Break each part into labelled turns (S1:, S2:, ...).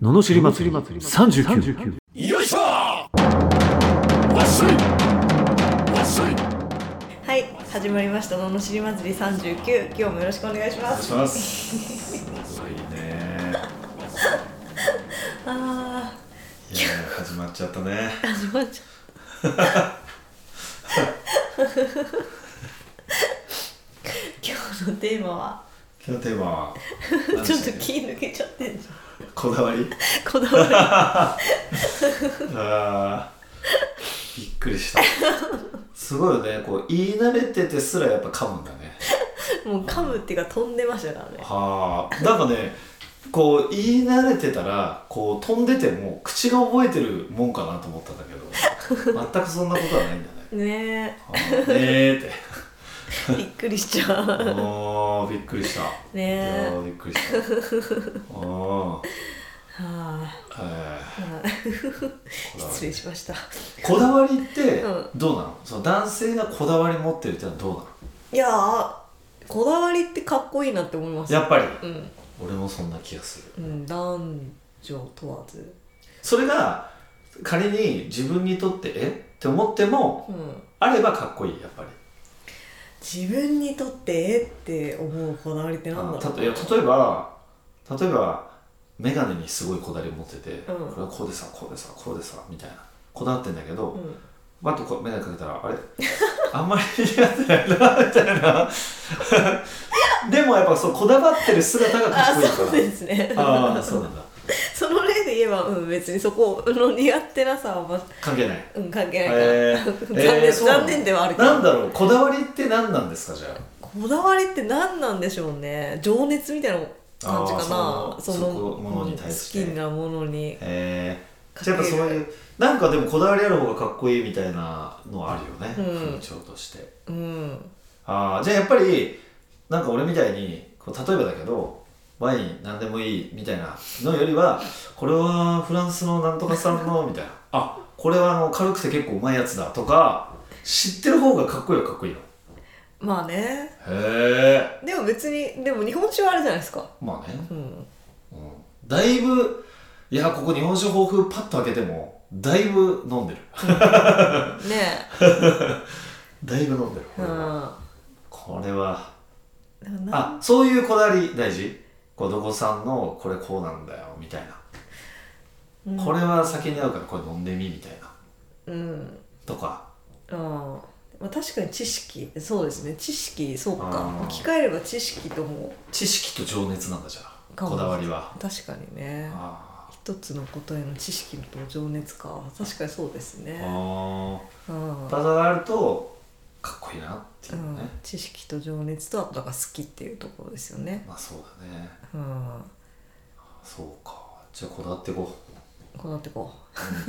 S1: ののしり祭り39
S2: はい始まりました「ののしり祭り39」今日もよろしくお願いします
S3: します。すごいね。
S2: あ
S3: いやー始まっちゃったね。
S2: ー始まっちゃった今日のテーマは
S3: 今日のテーマは
S2: ちょっ
S3: 何
S2: と
S3: でしたっけ
S2: 気抜けちゃってんじゃ
S3: こだわり。
S2: んこだわ
S3: あーびっくりした。すごいよね。こう言い慣れててすらやっぱ噛むんだね。
S2: りもう噛むっていうか飛んでましたからね
S3: はあ。なんかね。こう言い慣れてたらこう飛んでても口が覚えてるもんかなと思ったんだけど全くそんなことはないんだね。
S2: ね
S3: はあねえって。
S2: えびっくりしちゃう
S3: おーびっくりした。
S2: ね
S3: いや
S2: え
S3: ーびっくりした。あ
S2: は
S3: あ、
S2: あ
S3: え
S2: はあ
S3: ー、
S2: 失礼しました
S3: こだわりって
S2: うん
S3: どうなの、その男性がこだわり持ってるってのはどうない
S2: やーこだわりってかっこいいなって思います
S3: のやっぱり
S2: うん、
S3: 俺もそんな気がする
S2: うん、男女問わず
S3: それが仮に自分にとってえって思っても
S2: うん
S3: あればかっこいいやっぱり
S2: 自分にとってえって思うこだわりってなんだ
S3: あ
S2: ろ
S3: た
S2: う
S3: といや例えば例えば眼鏡にすごいこだわり持ってて、
S2: うん
S3: これはこうでさこうでさこうでさみたいなこだわってんだけど、
S2: うん
S3: バッとこう眼鏡かけたらあれ あんまり似合ってないなみたいな でもやっぱそうこだわってる姿がかっ
S2: あ
S3: こいい
S2: そう
S3: から
S2: ですね
S3: ああそうなんだ
S2: その例で言えば、うん、別にそこの苦手なさは、ま
S3: 関係ない
S2: うん、関係ないから、
S3: えー
S2: 残念
S3: えーそうなの
S2: 残念ではあるけど
S3: なんだろうこだわりって何なんですかじゃあ
S2: こだわりって何なんでしょうね情熱みたいな感じかな
S3: あーそのそこものに対して
S2: うん好きなものに
S3: えー、
S2: か
S3: じ
S2: け
S3: ゃあ
S2: る
S3: やっぱそういうなんかでもこだわりある方がかっこいいみたいなのはあるよね、
S2: うん
S3: 風潮として
S2: うん
S3: ああじゃあやっぱりなんか俺みたいにこう例えばだけどワイン何でもいいみたいなのよりはこれはフランスのなんとかさんのみたいなあこれはあの軽くて結構うまいやつだとか知ってる方がかっこいいはかっこいいのへ
S2: まあね
S3: え
S2: でも別にでも日本酒はあれじゃないですか
S3: まあね、
S2: うん
S3: うん、だいぶいやここ日本酒豊富パッと開けてもだいぶ飲んでる
S2: ね
S3: だいぶ飲んでる、
S2: え、うん
S3: これは
S2: な
S3: あそういうこだわり大事こうどこさんのこれこうなんだよみたいな
S2: うん
S3: これは酒に合うからこれ飲んでみみたいな
S2: うん
S3: とか
S2: あー、まあ、確かに知識そうですね知識そうか
S3: あー
S2: 置き換えれば知識とも
S3: 知識と情熱なんだじゃ
S2: か
S3: あ
S2: も
S3: こだわりは
S2: 確かにね
S3: あ
S2: 一つのことへの知識と情熱か確かにそうです
S3: ー
S2: ね
S3: あ
S2: うん
S3: ーただがあるとかっこいいなっていううね、
S2: ん、知識と情熱とあとだから好きっていうところですよね、
S3: まあそうだね
S2: うん、
S3: そうかじゃあこだわっていこう
S2: こうなってこう
S3: こだわっていきま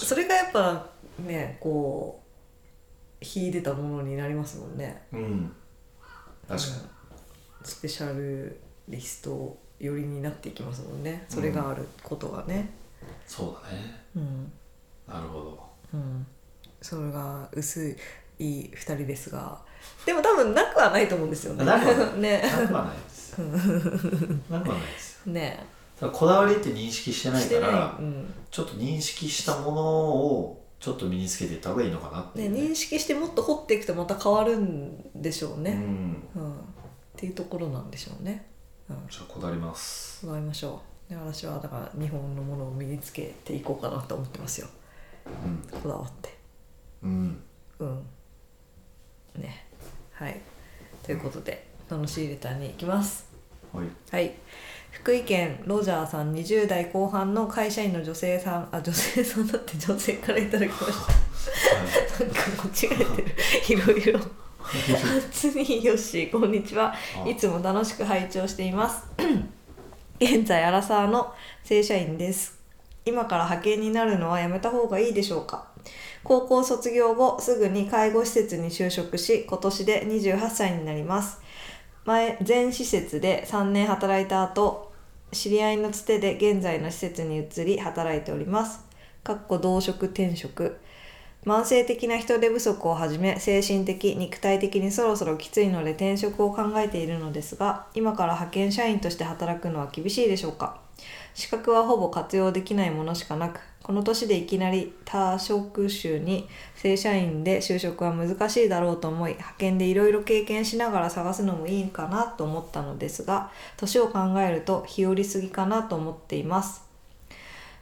S3: し
S2: そ
S3: ょう
S2: れがやっぱねこう秀でたものになりますもんね
S3: うん確かに、
S2: うんスペシャルリスト寄りになっていきますもんねそれがあることがね、
S3: そうだね
S2: うん
S3: なるほど
S2: うん、それが薄い2人ですがでも多分なくはないと思うんですよね。
S3: なくはない
S2: ね
S3: なくはないですよなくはないですよ
S2: ね
S3: ただこだわりって認識してない
S2: し
S3: か
S2: てない、う
S3: ら
S2: ん
S3: ちょっと認識したものをちょっと身につけていった方がいいのかなってい
S2: ね、
S3: うね
S2: 認識してもっと掘っていくとまた変わるんでしょう
S3: う
S2: ね、
S3: ん
S2: うんっていうところなんでしょうね。うん、
S3: じゃあこだわります
S2: 伺いましょうで私はだから日本のものを身につけていこうかなと思ってますよ
S3: うん
S2: こだわって。
S3: うん
S2: うんねはいということで楽しいレターに行きます。
S3: はい
S2: はい。福井県ロジャーさん20代後半の会社員の女性さんあ女性さんだって女性からいただきましたなんか間違えてるいろいろ初によっしーこんにちは
S3: あ
S2: いつも楽しく拝聴しています 現在アラサーの正社員です今から派遣になるのはやめた方がいいでしょうか高校卒業後すぐに介護施設に就職し今年で28歳になります前前施設で3年働いた後知り合いのつてで現在の施設に移り働いておりますかっこ同職転職慢性的な人手不足をはじめ精神的肉体的にそろそろきついので転職を考えているのですが今から派遣社員として働くのは厳しいでしょうか資格はほぼ活用できないものしかなくこの年でいきなり他職種に正社員で就職は難しいだろうと思い派遣でいろいろ経験しながら探すのもいいかなと思ったのですが年を考えると日和りすぎかなと思っています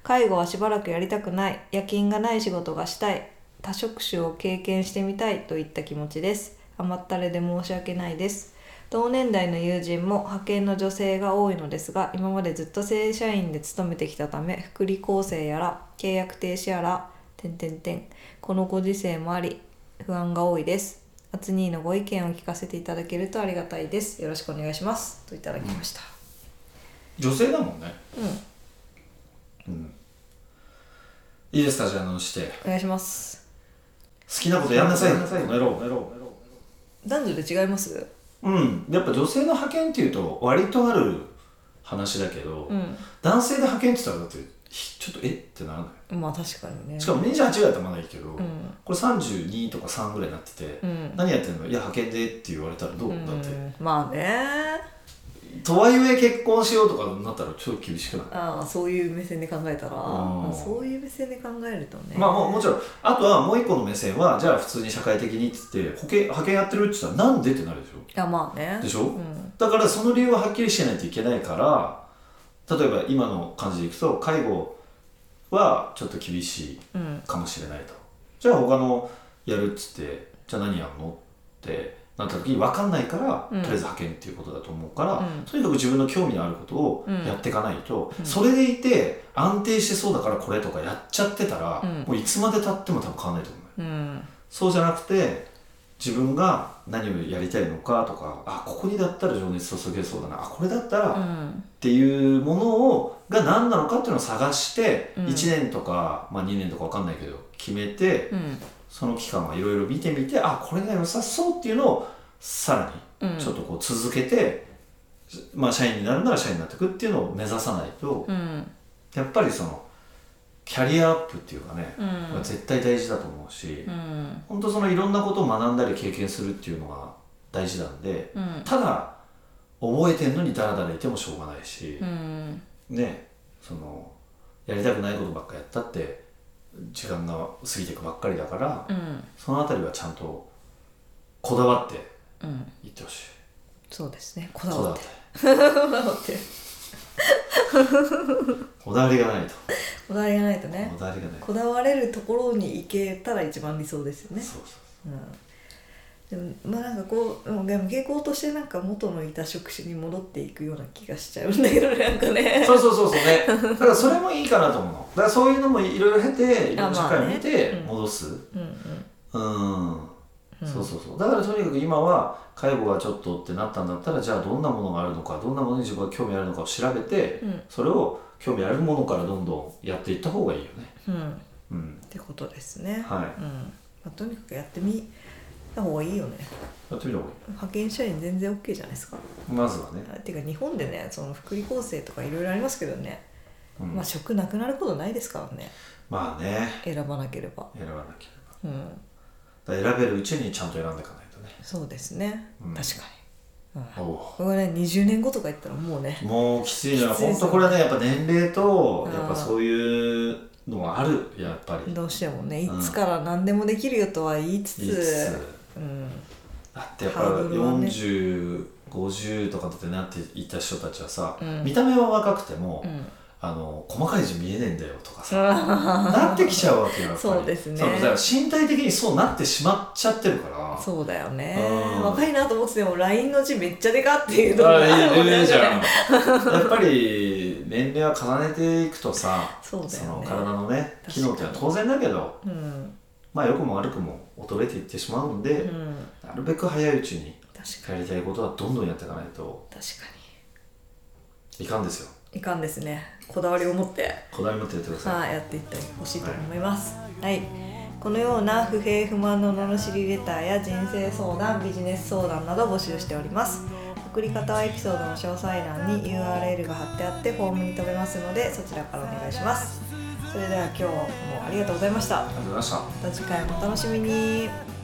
S2: 介護はしばらくやりたくない夜勤がない仕事がしたい多職種を経験してみたいといった気持ちです甘ったれで申し訳ないです同年代の友人も派遣の女性が多いのですが今までずっと正社員で勤めてきたため福利厚生やら契約停止やら点点点このご時世もあり不安が多いですアツニーのご意見を聞かせていただけるとありがたいですよろしくお願いしますといただきました
S3: 女性だもんね
S2: うん
S3: うんいいですかじゃああのして
S2: お願いします
S3: 好きなことやんなさい
S1: やんなさい
S3: この野郎この野郎
S2: 男女で違います
S3: うんやっぱ女性の派遣っていうと割とある話だけど、
S2: うん
S3: 男性で派遣って言ったらだってひちょっとえってならない
S2: まあ確かにね
S3: しかも28ぐらいだったらまだいいけど、
S2: うん
S3: これ32とか3ぐらいになってて、
S2: うん
S3: 何やってんのいや派遣でって言われたらどう、
S2: うん
S3: だって
S2: まあね
S3: とはいえ結婚しようとかになったらちょっと厳しくない、
S2: ああそういう目線で考えたら
S3: うん
S2: そういう目線で考えるとね
S3: まあもうもちろんあとはもう一個の目線はじゃあ普通に社会的にって言って保険派遣やってるって言ったらなんでってなるでしょ
S2: いやまあね
S3: でし
S2: ょ
S3: ょ、
S2: うん
S3: だからその理由ははっきりしてないといけないから例えば今の感じでいくと介護はちょっと厳しい
S2: うん
S3: かもしれないとじゃあ他のやるっつってじゃあ何やんのってなった時に分かんないから、
S2: うん
S3: とりあえず派遣っていうことだと思うから、
S2: うん
S3: とにかく自分の興味のあることを
S2: うん
S3: やっていかないと、
S2: うん
S3: それでいて安定してそうだからこれとかやっちゃってたら、
S2: うん
S3: もういつまでたっても多分変わんないと思
S2: う
S3: う
S2: ん
S3: そうじゃなくて自分が何をやりたいのかとかあここにだったら情熱注げそうだなあこれだったら、
S2: う
S3: っ
S2: ん
S3: ていうものをが何なのかっていうのを探して、
S2: うん
S3: 1年とか、まあ、2年とか分かんないけど決めて
S2: うん
S3: その期間はいろいろ見てみてあこれが良さそうっていうのをさ
S2: う
S3: ら
S2: ん
S3: にちょっとこう続けて、まあ、社員になるなら社員になっていくっていうのを目指さないと
S2: うん
S3: やっぱりそのキャリアアップっていうかね、
S2: うん
S3: 絶対大事だと思うし。
S2: うん
S3: 本当そのいろんなことを学んだり経験するっていうのが大事なんで
S2: うん
S3: ただ覚えてんのにダラダラいてもしょうがないし
S2: う、ん
S3: ねそのやりたくないことばっかやったって時間が過ぎていくばっかりだから
S2: うん
S3: そのあたりはちゃんとこだわって
S2: うん
S3: いってほしい
S2: そうですねこ
S3: こ
S2: だ
S3: だわ
S2: わ
S3: っ
S2: ってこ
S3: て
S2: だわって
S3: こだわりがないと
S2: こだわりがないとね
S3: こだわりがない
S2: こだわれるところに行けたら一番理想ですよね
S3: そうそう
S2: うん、でもまあなんかこううんでも傾向としてなんか元のいた職種に戻っていくような気がしちゃうんだけどねなんかね
S3: そうそうそうそうねだからそれもいいかなと思うのだからそういうのもいろいろ経ていろんな社会を見
S2: あまあ
S3: て
S2: ねうん
S3: 戻す、
S2: うんうん
S3: うん
S2: うん
S3: そうそうそうだからとにかく今は介護がちょっとってなったんだったらじゃあどんなものがあるのかどんなものに自分が興味あるのかを調べて、
S2: うん
S3: それを興味あるものからどんどんやっていった方がいいよね
S2: うんっ
S3: うん
S2: てことですね
S3: は
S2: うんまあ、とにかくやってみた方がいいよね
S3: いやってみた方がい
S2: 派遣社員全然 OK じゃないですか
S3: いまずはね、
S2: あていうか日本でねその福利厚生とかいろいろありますけどね、
S3: うん
S2: まあ職なくなることないですからね
S3: まあね
S2: 選ばなければ
S3: 選ばなきゃ
S2: うん
S3: だから選べるうちにちゃんと選んでいかないとね
S2: そうですね、
S3: うん
S2: 確かに、うん、
S3: おう
S2: これね20年後とか言ったらもうね
S3: もうきついのは
S2: きついで
S3: 本
S2: すよ
S3: 当これはねやっぱ年齢と
S2: うん
S3: やっぱそういうのはあるやっぱり
S2: どうしてもねいつから何でもできるよとは言いつつ
S3: いつ
S2: うん、
S3: だってやっぱ
S2: ハードルはね
S3: 4050とかってなっていた人たちはさ、
S2: うん
S3: 見た目は若くても、
S2: うん、
S3: あの細かい字見えねえんだよとかさなってきちゃうわけよやっぱり
S2: そうですね
S3: そうだから身体的にそうなってしまっちゃってるから
S2: そうだよね
S3: うん
S2: 若いなと思ってても LINE の字めっちゃでかっていうところ
S3: あ
S2: があるもん
S3: いい
S2: ね
S3: いいじゃ んやっぱり年齢は重ねていくとさ
S2: そうだよね
S3: の体のね
S2: 確かに
S3: 機能ってのは当然だけど
S2: うん、
S3: まあ良くも悪くも衰えていってしまうんで、
S2: うん、
S3: なるべく早いうちに
S2: 確か
S3: やりたいことはどんどんやっていかないと
S2: に確か
S3: いかんですよ
S2: にいかんですねこだわりを持って
S3: こだわり持ってやってください
S2: はい、やっていってほしいと思います。はい、このような不平不満の罵りレターや人生相談、ビジネス相談など募集しております。送り方はエピソードの詳細欄に URL が貼ってあってフォームに飛べますのでそちらからお願いします。それでは今日もありがとうございました。ま
S3: ありがとうございました
S2: た次回もお楽しみに。